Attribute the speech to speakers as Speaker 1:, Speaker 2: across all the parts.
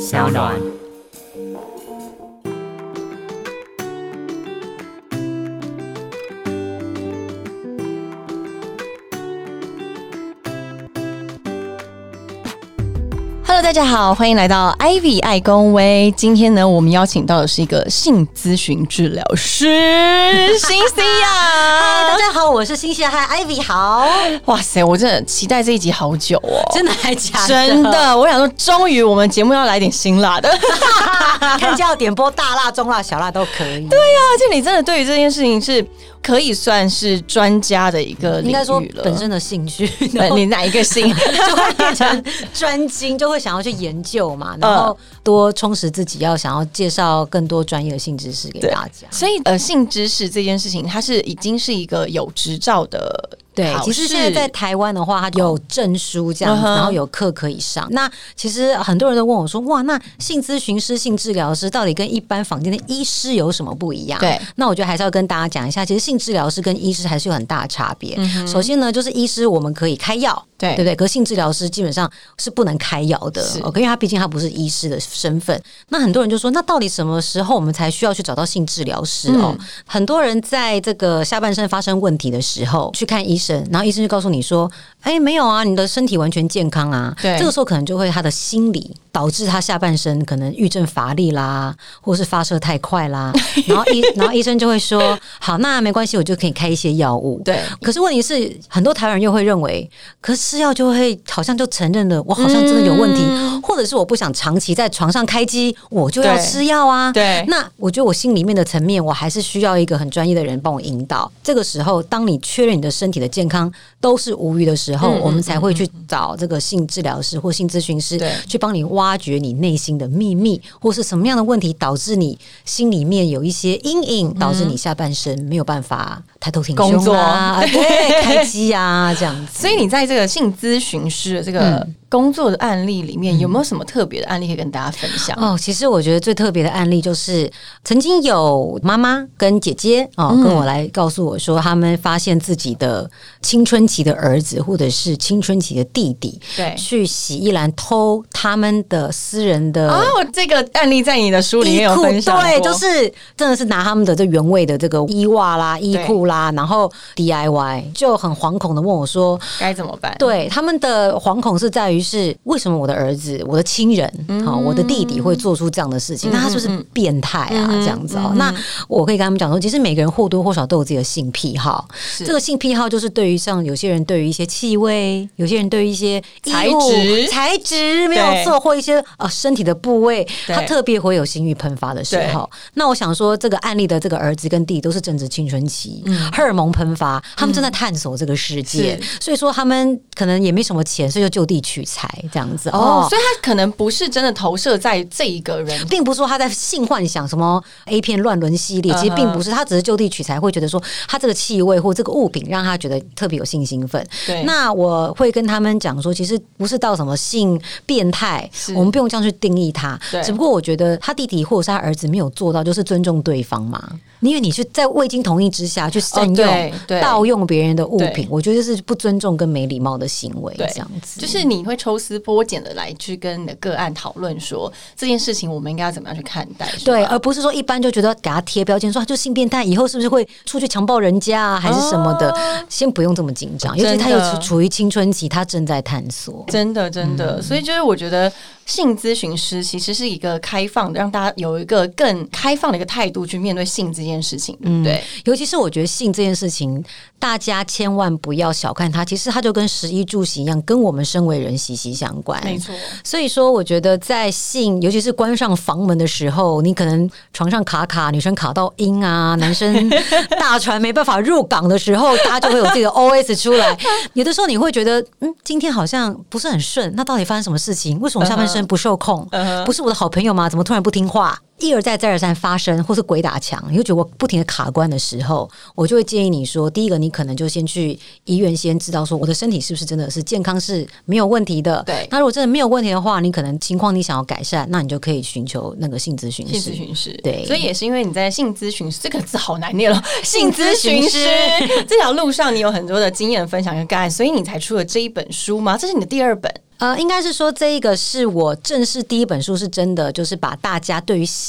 Speaker 1: 小暖。
Speaker 2: Hello，大家好，欢迎来到 Ivy 爱公威。今天呢，我们邀请到的是一个性咨询治疗师 新西
Speaker 3: 大
Speaker 2: 亚。
Speaker 3: 家好，我是新西兰嗨 Ivy，好，
Speaker 2: 哇塞，我真的期待这一集好久哦。
Speaker 3: 真的还假 的？
Speaker 2: 真，的，我想说，终于我们节目要来点辛辣 的。对啊
Speaker 3: 看就要点播大辣、中辣、小辣都可以。
Speaker 2: 啊，而且你真的对于这件事情是可以算是专家的一个领
Speaker 3: 应该说
Speaker 2: 域了。
Speaker 3: 本身的 兴趣，
Speaker 2: 呃
Speaker 3: 然后
Speaker 2: 你哪一个性？
Speaker 3: 就会变成专精，就会想要去研究嘛，然后
Speaker 2: 嗯
Speaker 3: 多充实自己，要想要介绍更多专业的性知识给大家。
Speaker 2: 所以呃，性知识这件事情，它是已经是一个有执照的
Speaker 3: 对，
Speaker 2: 考
Speaker 3: 其实
Speaker 2: 试
Speaker 3: 现在在台湾的话，它有证书这样
Speaker 2: 嗯
Speaker 3: 子，
Speaker 2: 哼
Speaker 3: 然后有课可以上。那其实很多人都问我说：“哇，那性咨询师、性治疗师到底跟一般房间的医师有什么不一样？”
Speaker 2: 对，
Speaker 3: 那我觉得还是要跟大家讲一下，其实性治疗师跟医师还是有很大的差别。首先呢，就是医师我们可以开药，
Speaker 2: 对
Speaker 3: 嗯对不对？可是性治疗师基本上是不能开药的哦
Speaker 2: 是
Speaker 3: ，OK，因为他毕竟他不是医师的身份。那很多人就说，那到底什么时候我们才需要去找到性治疗师哦？
Speaker 2: 嗯
Speaker 3: 很多人在这个下半身发生问题的时候去看医生，然后医生就告诉你说：“哎，没有啊，你的身体完全健康啊。”
Speaker 2: 对
Speaker 3: 这个时候可能就会他的心理导致他下半身可能郁症乏力啦，或是发射太 快啦。然后医然后医生就会说：“好，那没关系，我就可以开一些药物。”
Speaker 2: 对
Speaker 3: 可是问题是，很多台湾人又会认为，可是吃药就会好像就承认了，我好像真的有问题，或者是我不想长期在床上开机，我就要
Speaker 2: 嗯对
Speaker 3: 吃药啊。
Speaker 2: 对
Speaker 3: 那我觉得我心里面的层面，我还是需要一个很专业的人帮我引导。这个时候，当你确认你的身体的健康都是无虞的时候，
Speaker 2: 嗯嗯
Speaker 3: 我们才会去找这个性治疗师或性咨询师
Speaker 2: 对
Speaker 3: 去帮你挖掘你内心的秘密，或是什么样的问题导致你心里面有一些阴影，导致你下半身没有办法抬头挺胸啊
Speaker 2: 工作
Speaker 3: 啊对，开机啊这样子。
Speaker 2: 所以你在这个性咨询师的这个
Speaker 3: 嗯
Speaker 2: 工作的案例里面，有没有什么特别的案例可以跟大家分享？
Speaker 3: 哦，其实我觉得最特别的案例就是，曾经有妈妈跟姐姐哦，
Speaker 2: 嗯
Speaker 3: 跟我来告诉我说，他们发现自己的青春期的儿子或者是青春期的弟弟，
Speaker 2: 对
Speaker 3: 去洗衣篮偷他们的私人的
Speaker 2: 啊，我这个案例在你的书里面
Speaker 3: 衣
Speaker 2: 有
Speaker 3: 裤，
Speaker 2: 分享过
Speaker 3: 对，就是真的是拿他们的这原味的这个衣袜啦、衣裤啦，然后 DIY 就很惶恐的问我说，
Speaker 2: 该怎么办？
Speaker 3: 对，他们的惶恐是在于是为什么我的儿子、我的亲人、
Speaker 2: 嗯
Speaker 3: 好、我的弟弟会做出这样的事情？那他是不是变态
Speaker 2: 嗯
Speaker 3: 啊？这样子哦、那我可以跟他们讲说，其实每个人或多或少都有自己的性癖好。这个性癖好就是对于像有些人对于一些气味，有些人对于一些衣
Speaker 2: 材
Speaker 3: 物
Speaker 2: 质
Speaker 3: 材质没有错，或一些呃身体的部位，
Speaker 2: 对
Speaker 3: 他特别会有性欲喷发的时
Speaker 2: 对
Speaker 3: 候。那我想说，这个案例的这个儿子跟弟弟都是正值青春期，荷尔蒙喷发，他们正在探索这个世界。
Speaker 2: 嗯是
Speaker 3: 所以说他们可能也没什么钱，所以就就地取材这样子
Speaker 2: 哦
Speaker 3: 哦，。
Speaker 2: 所以他可能不是真的投射在这一个人，
Speaker 3: 并不是说他在性幻想什么 A 片乱伦系
Speaker 2: 嗯
Speaker 3: 列，其实并不是，他只是就地取材，会觉得说他这个气味或这个物品让他觉得特别有性兴奋。
Speaker 2: 对
Speaker 3: 那我会跟他们讲说，其实不是到什么性变态
Speaker 2: 是，
Speaker 3: 我们不用这样去定义他
Speaker 2: 对。
Speaker 3: 只不过我觉得他弟弟或者是他儿子没有做到，就是尊重对方嘛。因为你去在未经同意之下去
Speaker 2: 哦
Speaker 3: 善用、
Speaker 2: 对对
Speaker 3: 盗用别人的物
Speaker 2: 对
Speaker 3: 品，我觉得这是不尊重跟没礼貌的行为，
Speaker 2: 对
Speaker 3: 这样子。
Speaker 2: 就是你会抽丝剥茧的来去跟你的个案讨论说这件事情，我们应该要怎么样去看待？是
Speaker 3: 对，
Speaker 2: 吧
Speaker 3: 而不是说一般就觉得给他贴标签，说他就性变态，以后是不是会出去强暴人家啊，还是什么的？先不用这么紧张，尤
Speaker 2: 哦
Speaker 3: 其
Speaker 2: 真的
Speaker 3: 他又处处于青春期，他正在探索。
Speaker 2: 真的，真的，所以就是我觉得性咨询师其实是一个开放的，让大家有一个更开放的一个态度去面对性这件事情，对
Speaker 3: 嗯
Speaker 2: 不对？
Speaker 3: 尤其是我觉得性这件事情，大家千万不要小看它，其实它就跟食衣住行一样，跟我们身为人息息相关。
Speaker 2: 没错，
Speaker 3: 所以说，我觉得在性，尤其是关上房门的时候，你可能床上卡卡，女生卡到阴啊，男生大船没办法入港的时候，大家就会有自己的 OS 出来。有的时候你会觉得，嗯，今天好像不是很顺，那到底发生什么事情？为什么下半身不受控
Speaker 2: 嗯哼
Speaker 3: 不是我的好朋友吗？怎么突然不听话？一而再，再而三发生，或是鬼打墙，你会觉得我不停的卡关的时候，我就会建议你说，第一个，你可能就先去医院，先知道说我的身体是不是真的是健康是没有问题的。
Speaker 2: 对
Speaker 3: 那如果真的没有问题的话，你可能情况你想要改善，那你就可以寻求那个性咨询
Speaker 2: 性
Speaker 3: 师
Speaker 2: 咨。询师，
Speaker 3: 对
Speaker 2: 所以也是因为你在性咨询师这个字好难 念了，哦性咨
Speaker 3: 咨
Speaker 2: 询
Speaker 3: 询
Speaker 2: 师
Speaker 3: 师
Speaker 2: 这条路上，你有很多的经验分享跟个案，所以你才出了这一本书吗？这是你的第二本，
Speaker 3: 呃，应该是说这一个是我正式第一本书，是真的就是把大家对于性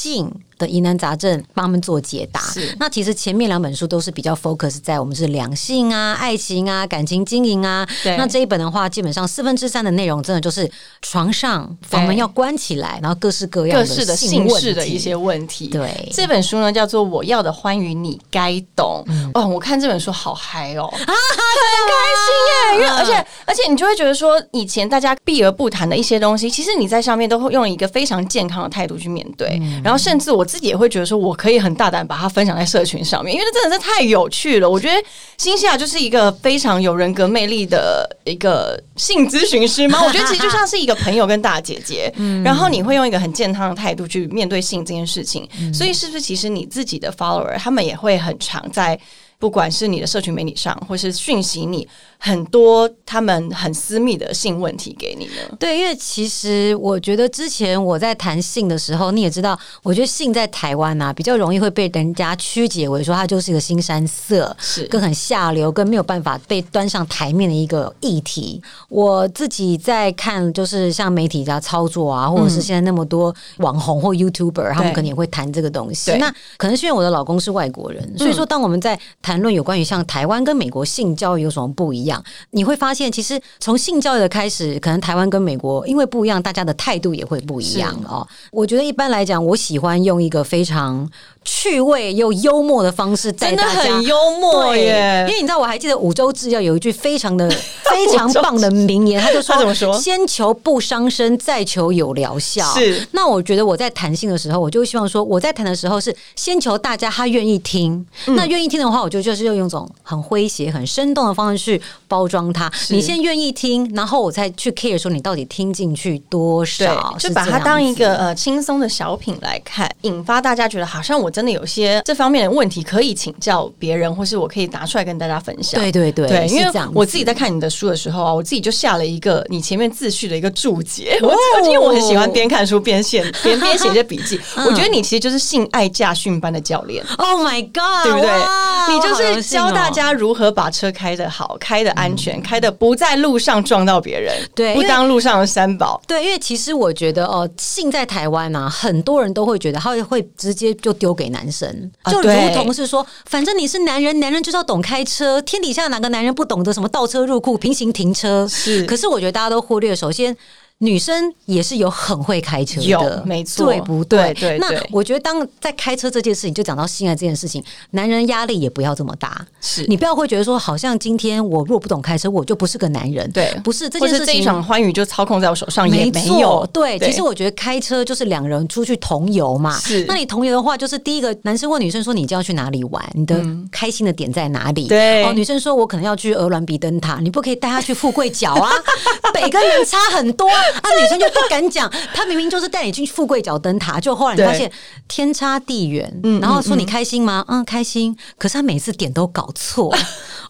Speaker 3: 的疑难杂症帮他们做解答
Speaker 2: 是。
Speaker 3: 那其实前面两本书都是比较 focus 在我们是两性啊、爱情啊、感情经营啊。
Speaker 2: 对
Speaker 3: 那这一本的话，基本上四分之三的内容真的就是床上房门
Speaker 2: 对
Speaker 3: 要关起来，然后各式各样
Speaker 2: 各式的
Speaker 3: 性
Speaker 2: 姓
Speaker 3: 问
Speaker 2: 氏的
Speaker 3: 题
Speaker 2: 一些问题。
Speaker 3: 对。
Speaker 2: 这本书呢叫做《我要的欢愉你该懂》哦，我看这本书好嗨 哦，很开心耶！ 因为而且而且你就会觉得说，以前大家避而不谈的一些东西，其实你在上面都会用一个非常健康的态度去面对，嗯然后甚至我自己也会觉得说，我可以很大胆把它分享在社群上面，因为这真的是太有趣了。我觉得新西亚就是一个非常有人格魅力的一个性咨询师 吗？我觉得其实就像是一个朋友跟大姐姐，
Speaker 3: 嗯
Speaker 2: 然后你会用一个很健康的态度去面对性这件事情，
Speaker 3: 嗯
Speaker 2: 所以是不是其实你自己的 follower 他们也会很常在。不管是你的社群媒体上，或是讯息你很多他们很私密的性问题给你呢？
Speaker 3: 对，因为其实我觉得之前我在谈性的时候，你也知道，我觉得性在台湾啊比较容易会被人家曲解为说它就是一个新山色，
Speaker 2: 是
Speaker 3: 更很下流，跟没有办法被端上台面的一个议题。我自己在看，就是像媒体家操作啊，或者
Speaker 2: 嗯
Speaker 3: 是现在那么多网红或 YouTuber，他们
Speaker 2: 对
Speaker 3: 可能也会谈这个东西。
Speaker 2: 对嗯
Speaker 3: 那可能是因为我的老公是外国人，所以说当我们在谈论有关于像台湾跟美国性教育有什么不一样，你会发现其实从性教育的开始，可能台湾跟美国因为不一样，大家的态度也会不一样哦。我觉得一般来讲，我喜欢用一个非常趣味又幽默的方式带
Speaker 2: 真的
Speaker 3: 大家
Speaker 2: 很幽默
Speaker 3: 对，
Speaker 2: 耶
Speaker 3: 因！为你知道，我还记得五洲制药有一句非常的 非常棒的名言，他就说：“
Speaker 2: 他怎么说
Speaker 3: 先求不伤身，再求有疗效。”
Speaker 2: 是。
Speaker 3: 那我觉得我在谈性的时候，我就希望说，我在谈的时候是先求大家他愿意听，
Speaker 2: 嗯
Speaker 3: 那愿意听的话，我就就是用一种很诙谐、很生动的方式去包装它。你先愿意听，然后我再去 care 说你到底听进去多
Speaker 2: 对
Speaker 3: 少，，
Speaker 2: 就是把
Speaker 3: 这
Speaker 2: 它
Speaker 3: 样
Speaker 2: 当一
Speaker 3: 子
Speaker 2: 个呃轻松的小品来看，引发大家觉得好像我真的有些这方面的问题可以请教别人，或是我可以拿出来跟大家分享。
Speaker 3: 对对对，
Speaker 2: 对，因
Speaker 3: 是
Speaker 2: 为
Speaker 3: 这样子
Speaker 2: 我自己在看你的书的时候啊，我自己就下了一个你前面自序的一个注解。
Speaker 3: 哦
Speaker 2: 我我因为我很喜欢边看书边写边边写一些笔 记，
Speaker 3: 嗯
Speaker 2: 我觉得你其实就是性爱驾训班的教练。
Speaker 3: Oh my God，
Speaker 2: 对不对
Speaker 3: 哇？
Speaker 2: 你就
Speaker 3: 好荣
Speaker 2: 是
Speaker 3: 幸哦嗯
Speaker 2: 教大家如何把车开得好、开得安全、开得不在路上撞到别人，
Speaker 3: 对
Speaker 2: 不
Speaker 3: 因为
Speaker 2: 当路上的三宝。
Speaker 3: 对，因为其实我觉得哦，性在台湾啊，很多人都会觉得他会直接就丢给男生，
Speaker 2: 啊
Speaker 3: 就如
Speaker 2: 对
Speaker 3: 同是说，反正你是男人，男人就是要懂开车，天底下哪个男人不懂得什么倒车入库、平行停车？
Speaker 2: 是
Speaker 3: 可是我觉得大家都忽略，首先。女生也是有很会开车的
Speaker 2: 有，没错
Speaker 3: 对不对？
Speaker 2: 对对
Speaker 3: 那
Speaker 2: 对
Speaker 3: 我觉得当在开车这件事情，就讲到性爱这件事情，男人压力也不要这么大。
Speaker 2: 是
Speaker 3: 你不要会觉得说，好像今天我若不懂开车，我就不是个男人。
Speaker 2: 对
Speaker 3: 不是这
Speaker 2: 或
Speaker 3: 件
Speaker 2: 是
Speaker 3: 事
Speaker 2: 这一
Speaker 3: 情。
Speaker 2: 场欢愉就操控在我手上也没
Speaker 3: 错
Speaker 2: 有。
Speaker 3: 对，其实我觉得开车就是两人出去同游嘛。
Speaker 2: 是
Speaker 3: 那你同游的话，就是第一个男生问女生说你今天要去哪里玩，你的开心的点在哪里？
Speaker 2: 嗯对
Speaker 3: 哦，女生说我可能要去鹅銮比灯塔，你不可以带她去富贵角 啊，北跟南差很多啊，女生就不敢讲，她明明就是带你去富贵角灯塔，就后来你发
Speaker 2: 对嗯
Speaker 3: 现天差地远，然后说你开心吗？嗯，开心，可是她每次点都搞 错。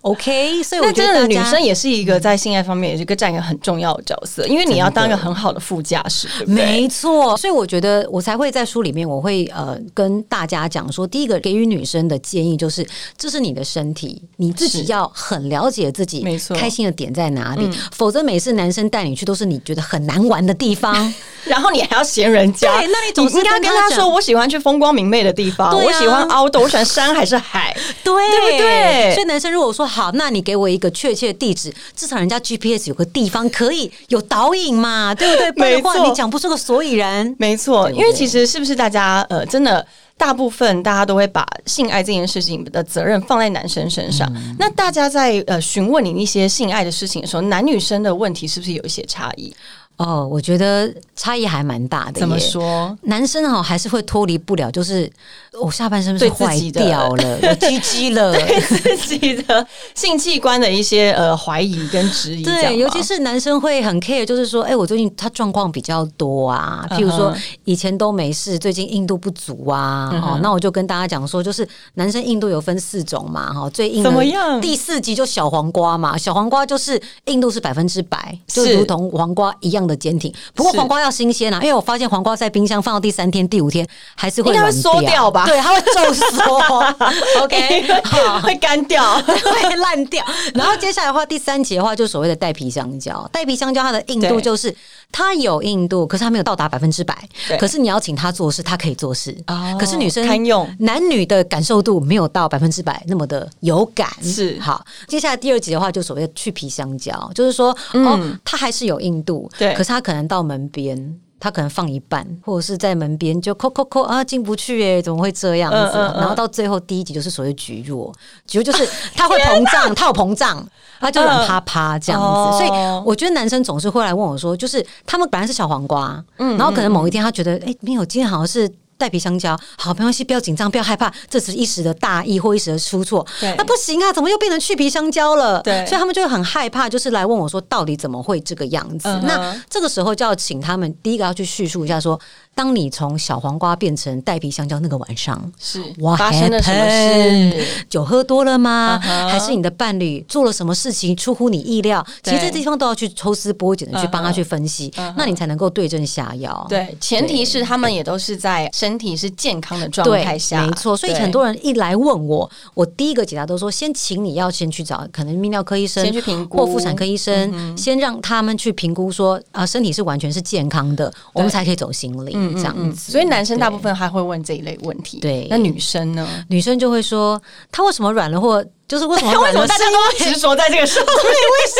Speaker 3: OK，所以我
Speaker 2: 那
Speaker 3: 觉
Speaker 2: 真
Speaker 3: 得
Speaker 2: 的，女
Speaker 3: 大家
Speaker 2: 生也是一个在性爱方面也是一个占一个很重要的角色，因为你要当一个很好的副驾驶，对不对
Speaker 3: 没错，所以我觉得我才会在书里面，我会呃跟大家讲说，第一个给予女生的建议就是，这是你的身体，你自己
Speaker 2: 是
Speaker 3: 要很了解自己，
Speaker 2: 没错嗯
Speaker 3: 开心的点在哪里，否则每次男生带你去都是你觉得很难玩的地方。
Speaker 2: 然后你还要嫌人家，
Speaker 3: 对那你总是
Speaker 2: 应该
Speaker 3: 跟
Speaker 2: 跟
Speaker 3: 他
Speaker 2: 他说，
Speaker 3: 讲
Speaker 2: 我喜欢去风光明媚的地方，
Speaker 3: 对啊
Speaker 2: 我喜欢 outdoor，我喜欢山还是海，
Speaker 3: 对
Speaker 2: 对不对
Speaker 3: 所以男生如果说好，那你给我一个确切地址，至少人家 GPS 有个地方可以有导引 嘛，对不对？不然的
Speaker 2: 没
Speaker 3: 话
Speaker 2: 错
Speaker 3: 你讲不出个所以然。
Speaker 2: 没错，
Speaker 3: 对不
Speaker 2: 因为
Speaker 3: 对
Speaker 2: 其实是不是大家呃，真的大部分大家都会把性爱这件事情的责任放在男生身上。
Speaker 3: 嗯
Speaker 2: 那大家在呃询问你一些性爱的事情的时候，男女生的问题是不是有一些差异？
Speaker 3: 哦，我觉得差异还蛮大的耶。
Speaker 2: 怎么 说？
Speaker 3: 男生哈还是会脱离不了，就是我下半身是
Speaker 2: 对
Speaker 3: 不是
Speaker 2: 自
Speaker 3: 坏
Speaker 2: 己的
Speaker 3: 掉了，我鸡鸡 了。
Speaker 2: 自己的性器官的一些呃怀疑跟质疑，这样
Speaker 3: 对，
Speaker 2: 吗
Speaker 3: 尤其是男生会很 care，就是说，哎、我最近他状况比较多啊，譬如说
Speaker 2: 嗯哼
Speaker 3: 以前都没事，最近硬度不足啊，
Speaker 2: 嗯哼
Speaker 3: 哦，那我就跟大家讲说，就是男生硬度有分四种嘛，哈、最硬的
Speaker 2: 怎么样
Speaker 3: 第四集就小黄瓜嘛，小黄瓜就是硬度是百分之百，就是如同黄瓜一样的坚挺。不过
Speaker 2: 是
Speaker 3: 黄瓜要新鲜啊，因为我发现黄瓜在冰箱放到第三天、第五天还是会
Speaker 2: 应该会
Speaker 3: 软
Speaker 2: 缩掉吧
Speaker 3: 对，它会皱缩。OK，好。
Speaker 2: 会干掉。
Speaker 3: 会烂掉。然后接下来的话，第三节的话就是所谓的带皮香蕉。带皮香蕉它的硬度
Speaker 2: 对
Speaker 3: 就是它有硬度，可是它没有到达百分之百
Speaker 2: 对。
Speaker 3: 可是你要请它做事，它可以做事。
Speaker 2: 哦
Speaker 3: 可是女生
Speaker 2: 堪用
Speaker 3: 男女的感受度没有到百分之百那么的有感。
Speaker 2: 是
Speaker 3: 好，接下来第二节的话，就所谓的去皮香蕉，就是说、哦，它还是有硬度，
Speaker 2: 嗯对
Speaker 3: 可是它可能到门边。它可能放一半，或者是在门边就扣扣扣啊，进不去耶，怎么会这样子？
Speaker 2: 嗯嗯嗯
Speaker 3: 然后到最后第一集就是所谓的橘弱，橘 弱就是它会膨胀，它有膨胀，它就软趴趴这样子。
Speaker 2: 嗯哦
Speaker 3: 所以我觉得男生总是会来问我说，就是他们本来是小黄瓜，
Speaker 2: 嗯
Speaker 3: 然后可能某一天他觉得，哎、没有，今天好像是。带皮香蕉，好，没关系，不要紧张，不要害怕，这只是一时的大意或一时的出错。
Speaker 2: 对嗯
Speaker 3: 那不行啊，怎么又变成去皮香蕉了？
Speaker 2: 对
Speaker 3: 所以他们就会很害怕，就是来问我说，到底怎么会这个样子？
Speaker 2: 嗯哼
Speaker 3: 那这个时候就要请他们第一个要去叙述一下说当你从小黄瓜变成带皮香蕉那个晚上，
Speaker 2: 是
Speaker 3: What
Speaker 2: 发生了什么
Speaker 3: happened？
Speaker 2: 事？
Speaker 3: 酒喝多了
Speaker 2: 啊
Speaker 3: 吗
Speaker 2: 哈
Speaker 3: 还是你的伴侣做了什么事情出乎你意料？其
Speaker 2: 对
Speaker 3: 实这地方都要去抽丝剥茧的去帮
Speaker 2: 嗯
Speaker 3: 他
Speaker 2: 哼
Speaker 3: 去分析
Speaker 2: 嗯哼
Speaker 3: 那你才能够对症下药。
Speaker 2: 对，前提是他们也都是在身体是健康的状
Speaker 3: 对，
Speaker 2: 态下，
Speaker 3: 没错。所以
Speaker 2: 对
Speaker 3: 很多人一来问我，我第一个解答都说，先请你要先去找可能泌尿科医生，
Speaker 2: 先去评估嗯
Speaker 3: 或妇产科医生，先让他们去评估说，啊、身体是完全是健康的，我们才可以走心理这样子。
Speaker 2: 嗯所以男生大部分还会问这一类问题。
Speaker 3: 对
Speaker 2: 那女生呢？
Speaker 3: 女生就会说，她为什么软了，或就是为什么
Speaker 2: 为
Speaker 3: 软
Speaker 2: 什么
Speaker 3: 了？
Speaker 2: 大家都要执着在这个上面？
Speaker 3: 为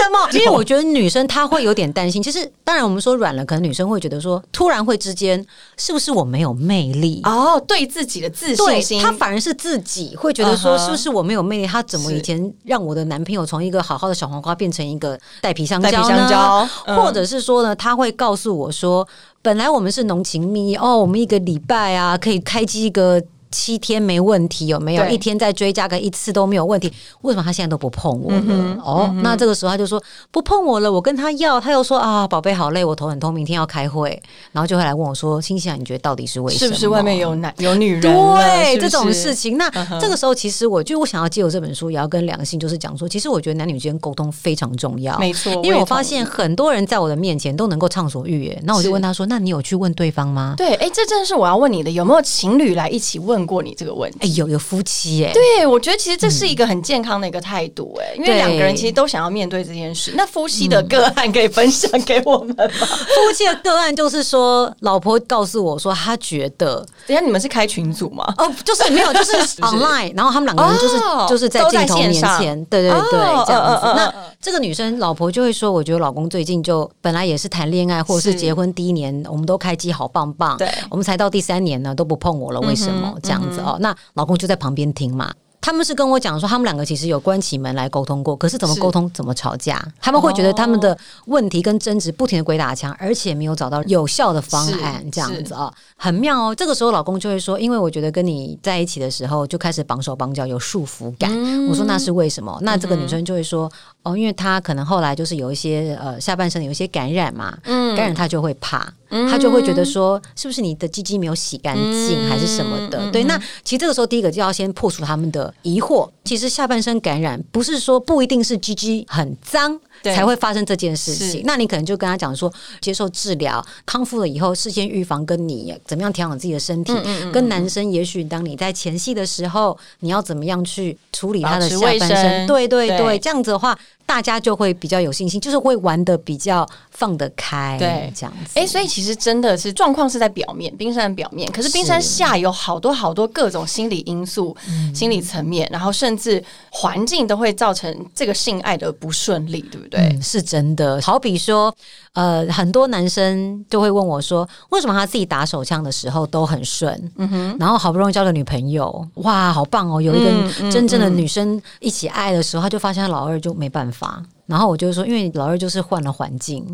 Speaker 3: 什么？因为我觉得女生她会有点担心。其实，当然我们说软了，可能女生会觉得说，突然会之间，是不是我没有魅力？
Speaker 2: 哦，对自己的自信
Speaker 3: 对
Speaker 2: 心，
Speaker 3: 她反而是自己会觉得说，
Speaker 2: 嗯哼
Speaker 3: 是不是我没有魅力？她怎么
Speaker 2: 是
Speaker 3: 以前让我的男朋友从一个好好的小黄瓜变成一个带皮香
Speaker 2: 带
Speaker 3: 蕉
Speaker 2: 皮
Speaker 3: 呢？
Speaker 2: 香蕉，嗯
Speaker 3: 或者是说呢，他会告诉我说，本来我们是浓情蜜意哦，我们一个礼拜啊可以开机一个。七天没问题，有没有？
Speaker 2: 对
Speaker 3: 一天再追加个一次都没有问题，为什么他现在都不碰我了？
Speaker 2: 嗯
Speaker 3: 哦，那这个时候他就说不碰我了，我跟他要，他又说啊，宝贝好累，我头很痛，明天要开会，然后就会来问我说，心想你觉得到底是为什么？
Speaker 2: 是不是外面有男有女人了？
Speaker 3: 对
Speaker 2: 是不
Speaker 3: 这种
Speaker 2: 是
Speaker 3: 事情，那
Speaker 2: 嗯哼
Speaker 3: 这个时候其实我就我想要借由这本书，也要跟良性就是讲说，其实我觉得男女之间沟通非常重要，
Speaker 2: 没错
Speaker 3: 因
Speaker 2: 我
Speaker 3: 为
Speaker 2: 也
Speaker 3: 我发
Speaker 2: 同
Speaker 3: 现很多人在我的面前都能够畅所欲言，那我
Speaker 2: 是
Speaker 3: 就问他说：“那你有去问对方 吗
Speaker 2: 对，哎、这正是我要问你的，有没有情侣来一起问过你这个问？”题？
Speaker 3: 哎、有有夫妻耶、
Speaker 2: 对，啊我觉得其实这是一个很健康的一个态度、哎、因为
Speaker 3: 对
Speaker 2: 两个人其实都想要面对这件事。那夫妻的个案可以分 享给我们吗？
Speaker 3: 夫妻的个案就是说，老婆告诉我说，她觉得
Speaker 2: 等一下你们是开群组 吗？
Speaker 3: 哦，就是没有，就是
Speaker 2: 是
Speaker 3: online，然后他们两个人就是、
Speaker 2: 哦
Speaker 3: 就是在
Speaker 2: 都在
Speaker 3: 镜头
Speaker 2: 线
Speaker 3: 面
Speaker 2: 上
Speaker 3: 前，对对对，
Speaker 2: 哦
Speaker 3: 这样子。
Speaker 2: 嗯嗯嗯嗯
Speaker 3: 那这个女生老婆就会说，我觉得老公最近就本来也是谈恋爱或者是
Speaker 2: 是
Speaker 3: 结婚第一年，我们都开机好棒棒，
Speaker 2: 对嗯
Speaker 3: 我们才到第三年呢都不碰我了，为什么、这样子哦？那老公就在旁边听嘛。他们是跟我讲说，他们两个其实有关起门来沟通过，可是怎么
Speaker 2: 是哦
Speaker 3: 沟通，怎么吵架，他们会觉得他们的问题跟争执不停的鬼打墙，而且没有找到有效的方
Speaker 2: 是
Speaker 3: 案，这样
Speaker 2: 是
Speaker 3: 子啊、很妙哦。这个时候老公就会说，因为我觉得跟你在一起的时候就开始绑手绑脚，有束缚感。我说那是为什么？那这个女生就会说，哦，因为她可能后来就是有一些呃下半身有一些感染嘛，感染她就会怕，她就会觉得说，是不是你的鸡鸡没有洗干净、还是什么的？对，那其实这个时候第一个就要先破除他们的疑惑。其实下半身感染不是说不一定是鸡鸡很脏
Speaker 2: 对
Speaker 3: 才会发生这件事
Speaker 2: 是
Speaker 3: 情，那你可能就跟他讲说，接受治疗，康复了以后，事先预防，跟你怎么样调养自己的身
Speaker 2: 嗯
Speaker 3: 体，跟男生也许当你在前戏的时候，你要怎么样去处理他
Speaker 2: 保
Speaker 3: 的
Speaker 2: 持
Speaker 3: 下
Speaker 2: 卫
Speaker 3: 半
Speaker 2: 生
Speaker 3: 身，对对对，
Speaker 2: 对
Speaker 3: 这样子的话，大家就会比较有信心，就是会玩的比较放得开，
Speaker 2: 对
Speaker 3: 这样子。
Speaker 2: 哎、所以其实真的是状况是在表面，冰山的表面，可是嗯冰山
Speaker 3: 是
Speaker 2: 下有好多好多各种心理因素、心理层面，然后甚至环境都会造成这个性爱的不顺利，对不对？
Speaker 3: 嗯，是真的。好比说，呃，很多男生就会问我说，为什么他自己打手枪的时候都很顺，嗯哼，然后好不容易交个女朋友，哇，好棒哦，有一个真正的女生一起爱的时候，他就发现他老二就没办法。然后我就说，因为老二就是换 了环境，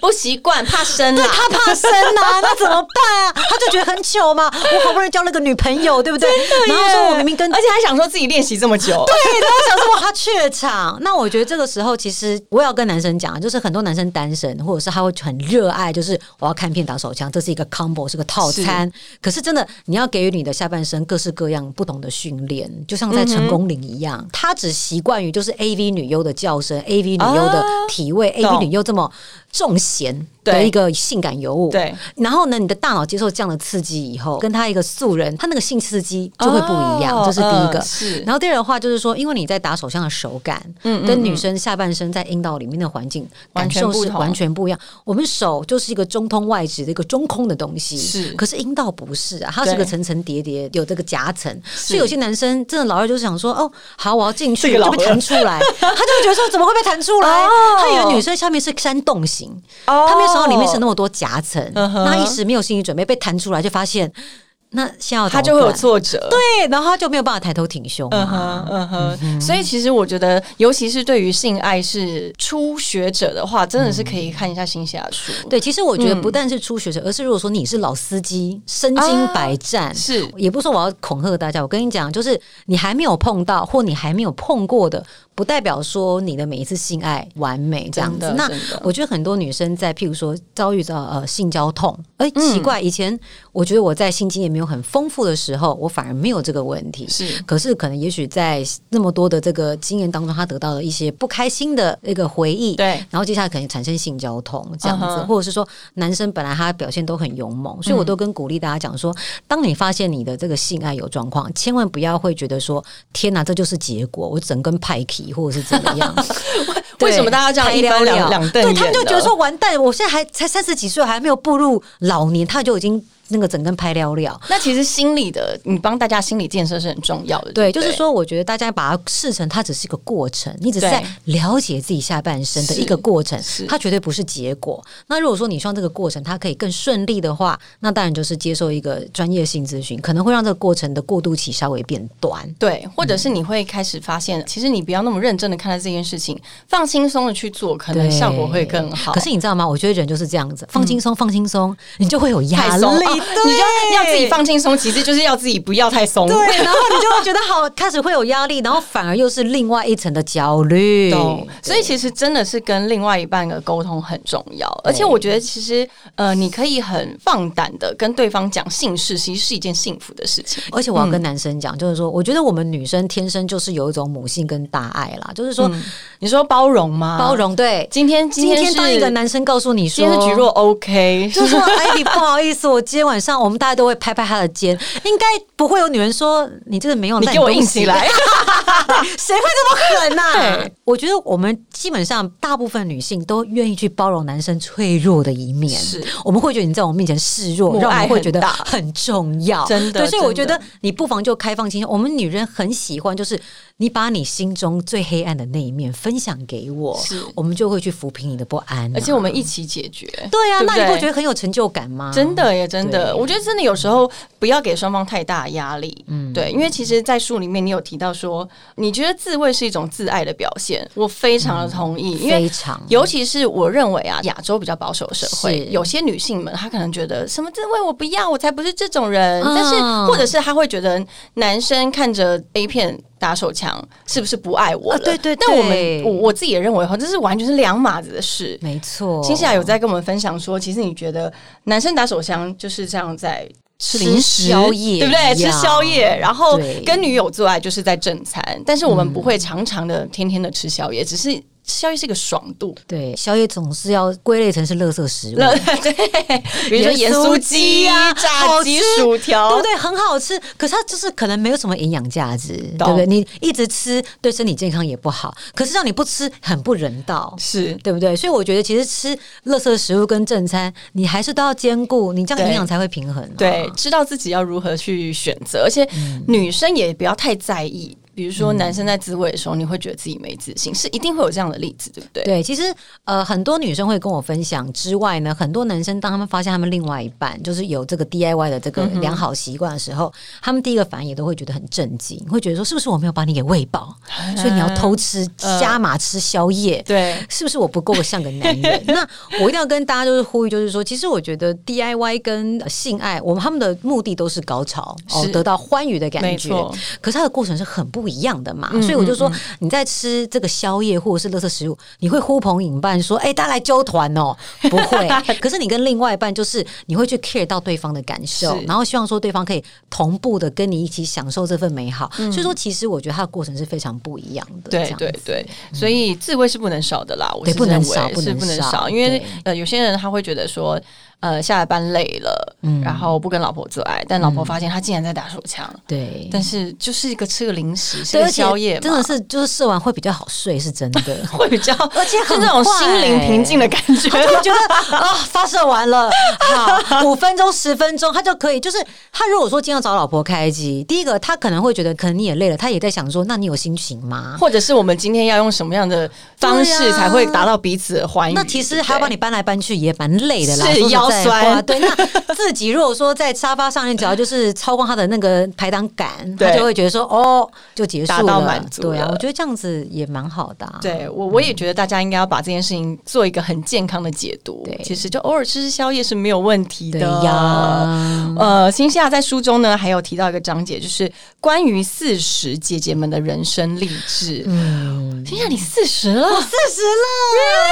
Speaker 2: 不习惯，怕生啦。
Speaker 3: 他怕生啊，那怎么办啊？他就觉得很糗嘛。我好不容易交了个女朋友，对不对？然后说我明明跟
Speaker 2: 而且还想说自己练习这么久，
Speaker 3: 对，然后想说哇，他怯场。那我觉得这个时候，其实我也要跟男生讲，就是很多男生单身，或者是他会很热爱，就是我要看片打手枪，这是一个 combo，是个套餐。可是真的，你要给予你的下半身各式各样不同的训练，就像在成功岭一
Speaker 2: 嗯
Speaker 3: 样，他只习惯于就是 A V 女优的叫声，A V 女优的体位、a
Speaker 2: 啊懂
Speaker 3: V 女优这么重咸的
Speaker 2: 对
Speaker 3: 一个性感尤物。
Speaker 2: 对，
Speaker 3: 然后呢，你的大脑接受这样的刺激以后，跟他一个素人，他那个性刺激就会不一样。
Speaker 2: 哦
Speaker 3: 这是第一个。
Speaker 2: 嗯是
Speaker 3: 然后第二的话就是说，因为你在打手枪的手感，
Speaker 2: 嗯嗯
Speaker 3: 跟女生下半身在阴道里面的环境
Speaker 2: 完
Speaker 3: 感
Speaker 2: 全
Speaker 3: 受
Speaker 2: 不
Speaker 3: 是
Speaker 2: 同
Speaker 3: 完全不一样。我们手就是一个中通外直的一个中空的东西，
Speaker 2: 是
Speaker 3: 可是阴道不是啊，它是
Speaker 2: 对
Speaker 3: 个层层叠叠，有这个夹层。所以有些男生真的老二就是想说，哦，好，我要进去
Speaker 2: 这个老
Speaker 3: 就
Speaker 2: 二
Speaker 3: 被弹出来，他就会觉得说怎么会被弹出来？
Speaker 2: 哦
Speaker 3: 他以为女生下面是山洞型，
Speaker 2: 哦
Speaker 3: 他没想到里面是那么多夹层，
Speaker 2: 嗯哼
Speaker 3: 那他一时没有心理准备，被弹出来就发现，那现在
Speaker 2: 他就会有
Speaker 3: 错。
Speaker 2: 挫折。
Speaker 3: 对，然后他就没有办法抬头挺胸、
Speaker 2: 嗯
Speaker 3: 啊。
Speaker 2: 哼，啊嗯哼，所以其实我觉得，尤其是对于性爱是初学者的话，真的是可以看一下新霞书。，
Speaker 3: 对，其实我觉
Speaker 2: 嗯
Speaker 3: 得不但是初学者，而是如果说你是老司机，身经百战，
Speaker 2: 啊是
Speaker 3: 也不是说我要恐吓大家。我跟你讲，就是你还没有碰到或你还没有碰过的，不代表说你的每一次性爱完美这样
Speaker 2: 真
Speaker 3: 子
Speaker 2: 的。
Speaker 3: 那
Speaker 2: 真的
Speaker 3: 我觉得很多女生在譬如说遭遇到呃性交痛，哎，奇怪，以
Speaker 2: 嗯
Speaker 3: 前我觉得我在性经验没有很丰富的时候，我反而没有这个问题。
Speaker 2: 是
Speaker 3: 可是可能也许在那么多的这个经验当中，他得到了一些不开心的一个回忆，
Speaker 2: 对，
Speaker 3: 然后接下来可能产生性交痛这样子
Speaker 2: 嗯哼嗯
Speaker 3: 或者是说男生本来他表现都很勇猛，所以我都跟鼓励大家讲说，当你发现你的这个性爱有状况，千万不要会觉得说天哪，这就是结果，我整根派皮或者是怎么样，
Speaker 2: 为什么大家这样一分两两瞪
Speaker 3: 对
Speaker 2: 眼？
Speaker 3: 他们就觉得说，完蛋，我现在还才三十几岁，还没有步入老年，他就已经那个整根拍撩了。
Speaker 2: 那其实心理的，你帮大家心理建设是很重要的。
Speaker 3: 对，
Speaker 2: 不
Speaker 3: 就是，说，我觉得大家把它视成它只是一个过程，你只是在了解自己下半身的一个过程
Speaker 2: 是是，
Speaker 3: 它绝对不是结果。那如果说你希望这个过程它可以更顺利的话，那当然就是接受一个专业性咨询，可能会让这个过程的过渡期稍微变短。
Speaker 2: 对，或者是你会开始发现，其实你不要那么认真的看待这件事情，放轻松的去做，可能
Speaker 3: 对
Speaker 2: 效果会更好。嗯
Speaker 3: 可是你知道吗？我觉得人就是这样子，放轻松，放轻松，你就会有
Speaker 2: 太
Speaker 3: 压力，
Speaker 2: 松，哦你就
Speaker 3: 对
Speaker 2: 要要自己放轻松，其实就是要自己不要太松。
Speaker 3: 对，然后你就会觉得好，开始会有压力，然后反而又是另外一层的焦虑。
Speaker 2: 懂，所以其实真的是跟另外一半的沟通很重要，而且我觉得其实呃，你可以很放胆的跟对方讲性事，其实是一件幸福的事情。
Speaker 3: 而且我要跟男生讲，就是说，我觉得我们女生天生就是有一种母性跟大爱啦，就是说
Speaker 2: 你说包容吗？
Speaker 3: 包。容。对，
Speaker 2: 嗯啊今天
Speaker 3: 今天
Speaker 2: 是
Speaker 3: 当一个男生告诉你说
Speaker 2: 今，天是菊若 OK，
Speaker 3: 就说艾迪，不好意思，我今天晚上我们大家都会拍拍他的肩，应该不会有女人说你这个没用，
Speaker 2: 你
Speaker 3: 哦那
Speaker 2: 给我
Speaker 3: 东
Speaker 2: 硬
Speaker 3: 西
Speaker 2: 起来。
Speaker 3: 谁会这么狠啊呐、
Speaker 2: 对
Speaker 3: 我觉得我们基本上大部分女性都愿意去包容男生脆弱的一面，
Speaker 2: 是
Speaker 3: 我们会觉得你在我们面前示
Speaker 2: 母
Speaker 3: 弱，
Speaker 2: 爱
Speaker 3: 让我们会觉得
Speaker 2: 很大
Speaker 3: 很重要，
Speaker 2: 真的
Speaker 3: 对，所以我觉
Speaker 2: 真的
Speaker 3: 得你不妨就开放心胸。我们女人很喜欢，就是你把你心中最黑暗的那一面分享给我
Speaker 2: 是，
Speaker 3: 我们就会去抚平你的不安啊、
Speaker 2: 而且我们一起解决。
Speaker 3: 对
Speaker 2: 对
Speaker 3: 啊，
Speaker 2: 不
Speaker 3: 那
Speaker 2: 对
Speaker 3: 你不觉得很有成就感吗？
Speaker 2: 真。的耶，真的，
Speaker 3: 嗯对
Speaker 2: 我觉得真的有时候不要给双方太大的压力，嗯，对，因为其实，在书里面你有提到说，你觉得自慰是一种自爱的表现，我非常的同意，因为
Speaker 3: 嗯非常
Speaker 2: 尤其是我认为啊，亚洲比较保守的社会
Speaker 3: 是，
Speaker 2: 有些女性们她可能觉得什么自慰我不要，我才不是这种人，
Speaker 3: 嗯
Speaker 2: 但是或者是她会觉得男生看着 A 片。打手枪是不是不爱我了？
Speaker 3: 啊对对
Speaker 2: 但我
Speaker 3: 对
Speaker 2: 们我我自己也认为，这是完全是两码子的事。
Speaker 3: 没错，
Speaker 2: 接啊下来有在跟我们分享说，其实你觉得男生打手枪就是这样在吃零食、
Speaker 3: 吃宵夜
Speaker 2: 对不对？
Speaker 3: 一
Speaker 2: 吃
Speaker 3: 样
Speaker 2: 宵夜，然后
Speaker 3: 对
Speaker 2: 跟女友做爱就是在正餐，但是我们不会常常的天天的吃宵夜，只是吃宵夜是一个爽度。
Speaker 3: 对宵夜总是要归类成是垃圾食物，
Speaker 2: 那 对，比如说盐酥鸡啊、
Speaker 3: 盐酥鸡啊
Speaker 2: 炸鸡、
Speaker 3: 好吃
Speaker 2: 薯
Speaker 3: 对
Speaker 2: 条
Speaker 3: 不，对？很好吃，可是它就是可能没有什么营养价值，对
Speaker 2: 懂
Speaker 3: 不对？你一直吃对身体健康也不好，可是让你不吃很不人道。
Speaker 2: 是
Speaker 3: 对不对？所以我觉得，其实吃垃圾食物跟正餐，你还是都要兼顾，你这样
Speaker 2: 对
Speaker 3: 营养才会平衡、啊。嗯
Speaker 2: 对，知道自己要如何去选择，而且女生也不要太在意。比如说男生在自慰的时候，你会觉得自己没自信，是一定会有这样的例子，对不对？
Speaker 3: 对，其实呃，很多女生会跟我分享之外呢，很多男生当他们发现他们另外一半就是有这个 DIY 的这
Speaker 2: 嗯
Speaker 3: 个良好习惯的时候，他们第一个反应也都会觉得很震惊，会觉得说是不是我没有把你给喂饱，所以你要偷吃、加码吃宵夜？
Speaker 2: 啊呃对
Speaker 3: 是不是我不够像个男人？ 那我一定要跟大家就是呼吁，就是说，其实我觉得 DIY 跟呃性爱，我们他们的目的都是高潮，哦
Speaker 2: 是，
Speaker 3: 得到欢愉的感
Speaker 2: 没
Speaker 3: 觉
Speaker 2: 错。
Speaker 3: 可是它的过程是很不一样的嘛，
Speaker 2: 嗯
Speaker 3: 所以我就说，你在吃这个宵夜或者是垃圾食物，你会呼朋引伴说，哎、大家来揪团哦， 不会。可是你跟另外一半，就是你会去 care 到对方的感受
Speaker 2: 是，
Speaker 3: 然后希望说对方可以同步的跟你一起享受这份美好。所以说，其实我觉得它的过程是非常不一样的。这
Speaker 2: 对
Speaker 3: 样
Speaker 2: 嗯对
Speaker 3: 子嗯
Speaker 2: 对，所以自慰是不能少的啦，我是
Speaker 3: 对不能
Speaker 2: 认为
Speaker 3: 少不
Speaker 2: 是
Speaker 3: 能
Speaker 2: 不能
Speaker 3: 少
Speaker 2: 少，因为
Speaker 3: 对
Speaker 2: 呃有些人他会觉得说，呃下了班累了，
Speaker 3: 嗯
Speaker 2: 然后不跟老婆做爱，但老婆发现他竟然在打手枪，
Speaker 3: 对。
Speaker 2: 但是就是一个吃个零食，吃
Speaker 3: 对，
Speaker 2: 个
Speaker 3: 而且
Speaker 2: 宵夜嘛，
Speaker 3: 真的是就是射完会比较好睡，是真 的。
Speaker 2: 会比较，而
Speaker 3: 且很
Speaker 2: 是那种心灵平静的感觉。
Speaker 3: 我觉得 啊，发射完了，好，五分钟、十分钟，他就可以。就是他如果说今天要找老婆开机，第一个他可能会觉得，可能你也累了，他也在想说，那你有心情吗？
Speaker 2: 或者是我们今天要用什么样的方
Speaker 3: 对
Speaker 2: 式
Speaker 3: 啊
Speaker 2: 才会达到彼此的欢愉？
Speaker 3: 那其
Speaker 2: 哎对
Speaker 3: 实
Speaker 2: 不对
Speaker 3: 还要把你搬来搬去也蛮累的啦，
Speaker 2: 是
Speaker 3: 说实在
Speaker 2: 腰
Speaker 3: 话
Speaker 2: 酸
Speaker 3: 对，那自己如果说在沙发上面，只要就是超过他的那个排档感，他
Speaker 2: 对
Speaker 3: 就会觉得说哦，就结束
Speaker 2: 达到满足
Speaker 3: 对啊
Speaker 2: 了，
Speaker 3: 我觉得这样子也蛮好的、啊。
Speaker 2: 对我我也觉得大家应该要把这件事情做一个很健康的解读
Speaker 3: 对。
Speaker 2: 其实就偶尔吃吃宵夜是没有问题
Speaker 3: 对
Speaker 2: 的
Speaker 3: 呀。
Speaker 2: 呃，新西亚在书中呢，还有提到一个章节，就是关于四十姐姐们的人生励志。嗯，新西亚你四十了，
Speaker 3: 四十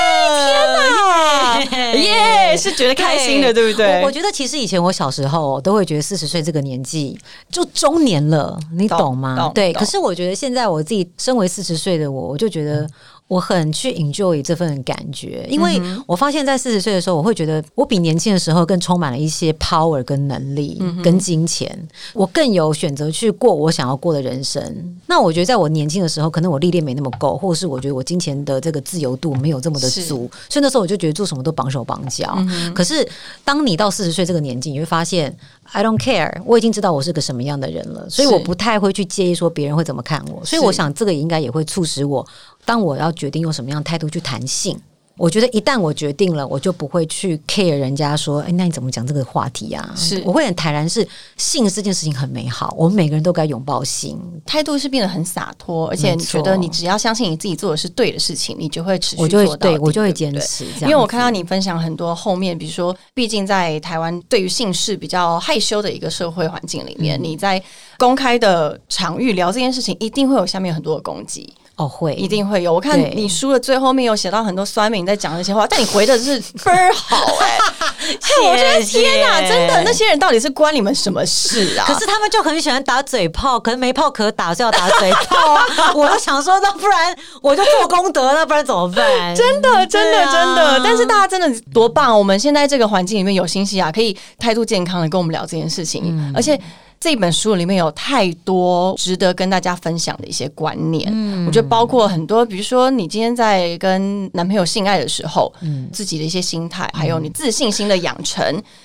Speaker 3: 了，天哪
Speaker 2: 耶、是觉得开心的，哎对不对？
Speaker 3: 我我觉得其实以前我小时候都会觉得四十岁这个年纪就中年了，你
Speaker 2: 懂
Speaker 3: 懂吗？
Speaker 2: 懂
Speaker 3: 对，
Speaker 2: 懂
Speaker 3: 可是我觉得现在我自己身为四十岁的我，我就觉
Speaker 2: 嗯
Speaker 3: 得我很去 enjoy 这份感觉，因为我发现在四十岁的时候，我会觉得我比年轻的时候更充满了一些 power 跟能力、
Speaker 2: 嗯
Speaker 3: 跟金钱，我更有选择去过我想要过的人生。那我觉得在我年轻的时候，可能我历练没那么够，或者是我觉得我金钱的这个自由度没有这么的
Speaker 2: 是
Speaker 3: 足，所以那时候我就觉得做什么都绑手绑脚。
Speaker 2: 嗯
Speaker 3: 可是当你到四十岁这个年纪，你会发现 I don't care，我已经知道我是个什么样的人了，所以
Speaker 2: 是
Speaker 3: 我不太会去介意说别人会怎么看我。所
Speaker 2: 是
Speaker 3: 以我想这个应该也会促使我，当我要决定用什么样的态度去谈性。我觉得一旦我决定了，我就不会去 care 人家说，哎，那你怎么讲这个话题啊？
Speaker 2: 是
Speaker 3: 我会很坦然是，性这件事情很美好，我们每个人都该拥抱性。
Speaker 2: 态度是变得很洒脱，而且
Speaker 3: 没
Speaker 2: 你
Speaker 3: 错
Speaker 2: 觉得你只要相信你自己做的是对的事情，你就会持续
Speaker 3: 我就会
Speaker 2: 做到底
Speaker 3: 对我就会
Speaker 2: 不
Speaker 3: 坚持这样子
Speaker 2: 因为我看到你分享很多后面，比如说，毕竟在台湾对于性事比较害羞的一个社会环境里
Speaker 3: 嗯
Speaker 2: 面，你在公开的场域聊这件事情，一定会有下面有很多的攻击，
Speaker 3: 哦，会
Speaker 2: 一定会有。我看
Speaker 3: 对
Speaker 2: 你书的最后面有写到很多酸民在讲那些 话，但你回的是倍儿好哎、嘿我觉得
Speaker 3: 谢谢
Speaker 2: 天哪，真的那些人到底是关你们什么事啊？
Speaker 3: 可是他们就很喜欢打嘴炮，可是没炮可打，所以要打嘴炮啊。 我就想说，那不然我就做功德了，不然怎么办？
Speaker 2: 真的，真的，
Speaker 3: 对啊
Speaker 2: 真的。但是大家真的多棒！我们现在这个环境里面有新西亚，可以态度健康的跟我们聊这件事情，
Speaker 3: 嗯
Speaker 2: 而且。这本书里面有太多值得跟大家分享的一些观念，
Speaker 3: 嗯
Speaker 2: 我觉得包括很多，比如说你今天在跟男朋友性爱的时候，
Speaker 3: 嗯
Speaker 2: 自己的一些心态，还有你自信心的养成，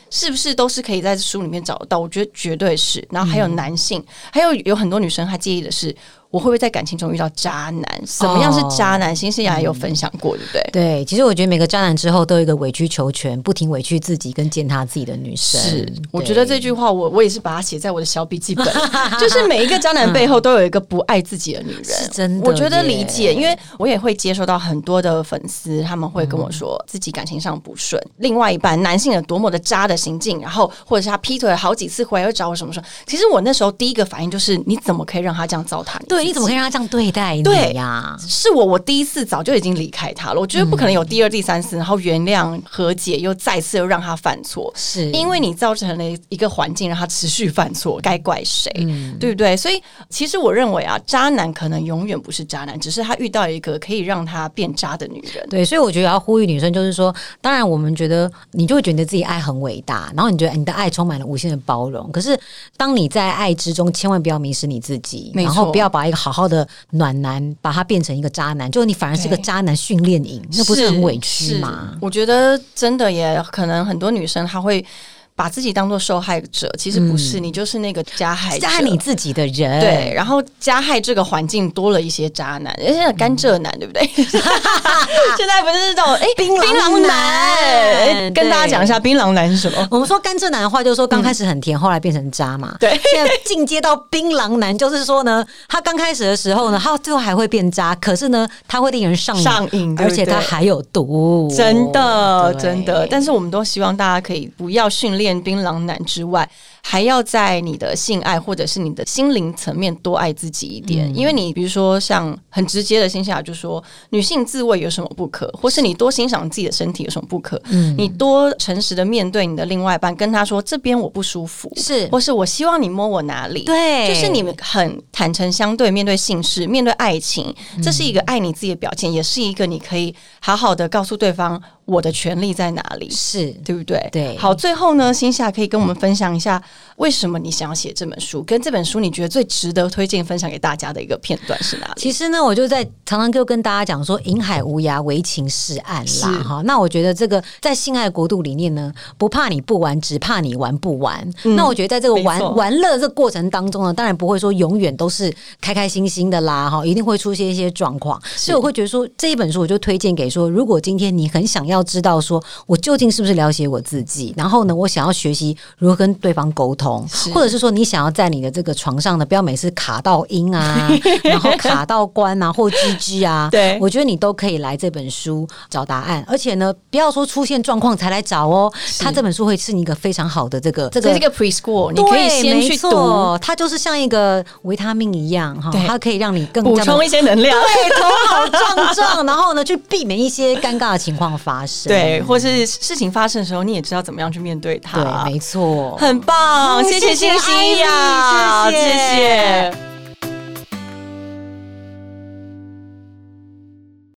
Speaker 2: 是不是都是可以在书里面找得到？我觉得绝对是。然后还有
Speaker 3: 嗯
Speaker 2: 男性，还有有很多女生她介意的是，我会不会在感情中遇到渣男？什么样是
Speaker 3: 哦
Speaker 2: 渣渣男，新西兰也有分享过，对不对？
Speaker 3: 对，其实我觉得每个渣男之后都有一个委曲求全、不停委屈自己跟践踏自己的女生。
Speaker 2: 是
Speaker 3: 对，
Speaker 2: 我觉得这句话我我也是把它写在我的小笔记 本，就是每一个渣男背后都有一个不爱自己的女人，
Speaker 3: 是真的
Speaker 2: 我觉得
Speaker 3: 耶
Speaker 2: 理解，因为我也会接收到很多的粉丝，他们会跟我
Speaker 3: 嗯
Speaker 2: 说自己感情上不顺，另外一半男性有多么的渣的行径，然后或者是他劈腿了好几次回来又找我什么说，其实我那时候第一个反应就是你怎么可以让他这样糟蹋你？
Speaker 3: 对，你怎么可以让他这样对待你啊
Speaker 2: 对
Speaker 3: 呀？
Speaker 2: 是我，我第一次早就已经离开他了。我觉得不可能
Speaker 3: 嗯
Speaker 2: 有第二、第三次，然后原谅、和解，又再次又让他犯错，
Speaker 3: 是
Speaker 2: 因为你造成了一个环境让他持续犯错，该怪谁？
Speaker 3: 嗯
Speaker 2: 对不对？所以其实我认为啊，渣男可能永远不是渣男，只是他遇到一个可以让他变渣的女人。
Speaker 3: 对，所以我觉得要呼吁女生，就是说，当然我们觉得你就会觉得自己爱很伟大，然后你觉得哎你的爱充满了无限的包容。可是，当你在爱之中，千万不要迷失你自己，
Speaker 2: 没
Speaker 3: 然后
Speaker 2: 错
Speaker 3: 不要把一个好好的暖男，把他变成一个渣男，就是你反而是个
Speaker 2: 对
Speaker 3: 渣男训练营，那不是很委屈吗
Speaker 2: 是？我觉得真的也可能很多女生她会。把自己当做受害者，其实不是，你就是那个加害者。
Speaker 3: 嗯加害你自己的人，
Speaker 2: 对，然后加害这个环境多了一些渣男，而且甘蔗男，对不 对？现在不是那种哎，
Speaker 3: 槟榔男
Speaker 2: 哎跟
Speaker 3: 对
Speaker 2: 大家讲一下槟榔男是什么。
Speaker 3: 我们说甘蔗男的话，就是说刚开始很甜，后来变成渣嘛。
Speaker 2: 嗯对
Speaker 3: 现在进阶到槟榔男，就是说呢，他刚开始的时候呢，他最后还会变渣，可是呢，他会令人上瘾，
Speaker 2: 上瘾对
Speaker 3: 而
Speaker 2: 不对
Speaker 3: 且他还有毒，
Speaker 2: 真的，
Speaker 3: 对
Speaker 2: 真的，但是我们都希望大家可以不要训练槟榔男之外，还要在你的性爱或者是你的心灵层面多爱自己一点。
Speaker 3: 嗯
Speaker 2: 因为你比如说像很直接的心下就说女性自慰有什么不可，
Speaker 3: 嗯
Speaker 2: 或是你多欣赏自己的身体有什么不可？你多诚实的面对你的另外一半，跟他说这边我不舒服，
Speaker 3: 是
Speaker 2: 或是我希望你摸我哪里，
Speaker 3: 对
Speaker 2: 就是你们很坦诚相对面对性事，面对爱情，这是一个爱你自己的表现，也是一个你可以好好的告诉对方我的权利在哪里，
Speaker 3: 是
Speaker 2: 对不对？
Speaker 3: 对
Speaker 2: 好，最后呢，星夏可以跟我们分享一下为什么你想要写这本书，跟这本书你觉得最值得推荐分享给大家的一个片段是哪里？
Speaker 3: 其实呢，我就在常常就跟大家讲说，银海无涯，唯情是岸
Speaker 2: 是
Speaker 3: 啦。哈，那我觉得这个在性爱国度里面呢，不怕你不玩，只怕你玩不玩。那我觉得在这个
Speaker 2: 嗯没错
Speaker 3: 玩玩乐这个过程当中呢，当然不会说永远都是开开心心的啦，哈，一定会出现一些状况。所以我会觉得说，这一本书我就推荐给说，如果今天你很想要知道说我究竟是不是了解我自己，然后呢，我想要学习如何跟对方沟通
Speaker 2: 是，
Speaker 3: 或者是说你想要在你的这个床上呢，不要每次卡到音 啊，然后卡到关啊，或 GG 啊，
Speaker 2: 对
Speaker 3: 我觉得你都可以来这本书找答案，而且呢，不要说出现状况才来找哦，他这本书会是你一个非常好的这个这
Speaker 2: 这是一个 preschool，你可以
Speaker 3: 对，
Speaker 2: 先
Speaker 3: 没
Speaker 2: 去
Speaker 3: 错，
Speaker 2: 读，
Speaker 3: 它就是像一个维他命一样哈
Speaker 2: 对，
Speaker 3: 它可以让你更
Speaker 2: 补
Speaker 3: 加
Speaker 2: 充一些能量。
Speaker 3: 对头好壮壮，然后呢，去避免一些尴尬的情况发生。
Speaker 2: 对，或是事情发生的时候，你也知道怎么样去面对它。
Speaker 3: 对，没错。
Speaker 2: 很棒，
Speaker 3: 嗯
Speaker 2: 谢谢
Speaker 3: 谢谢
Speaker 2: 星
Speaker 3: 艾
Speaker 2: 星
Speaker 3: 米
Speaker 2: 呀，
Speaker 3: 谢谢
Speaker 2: 谢谢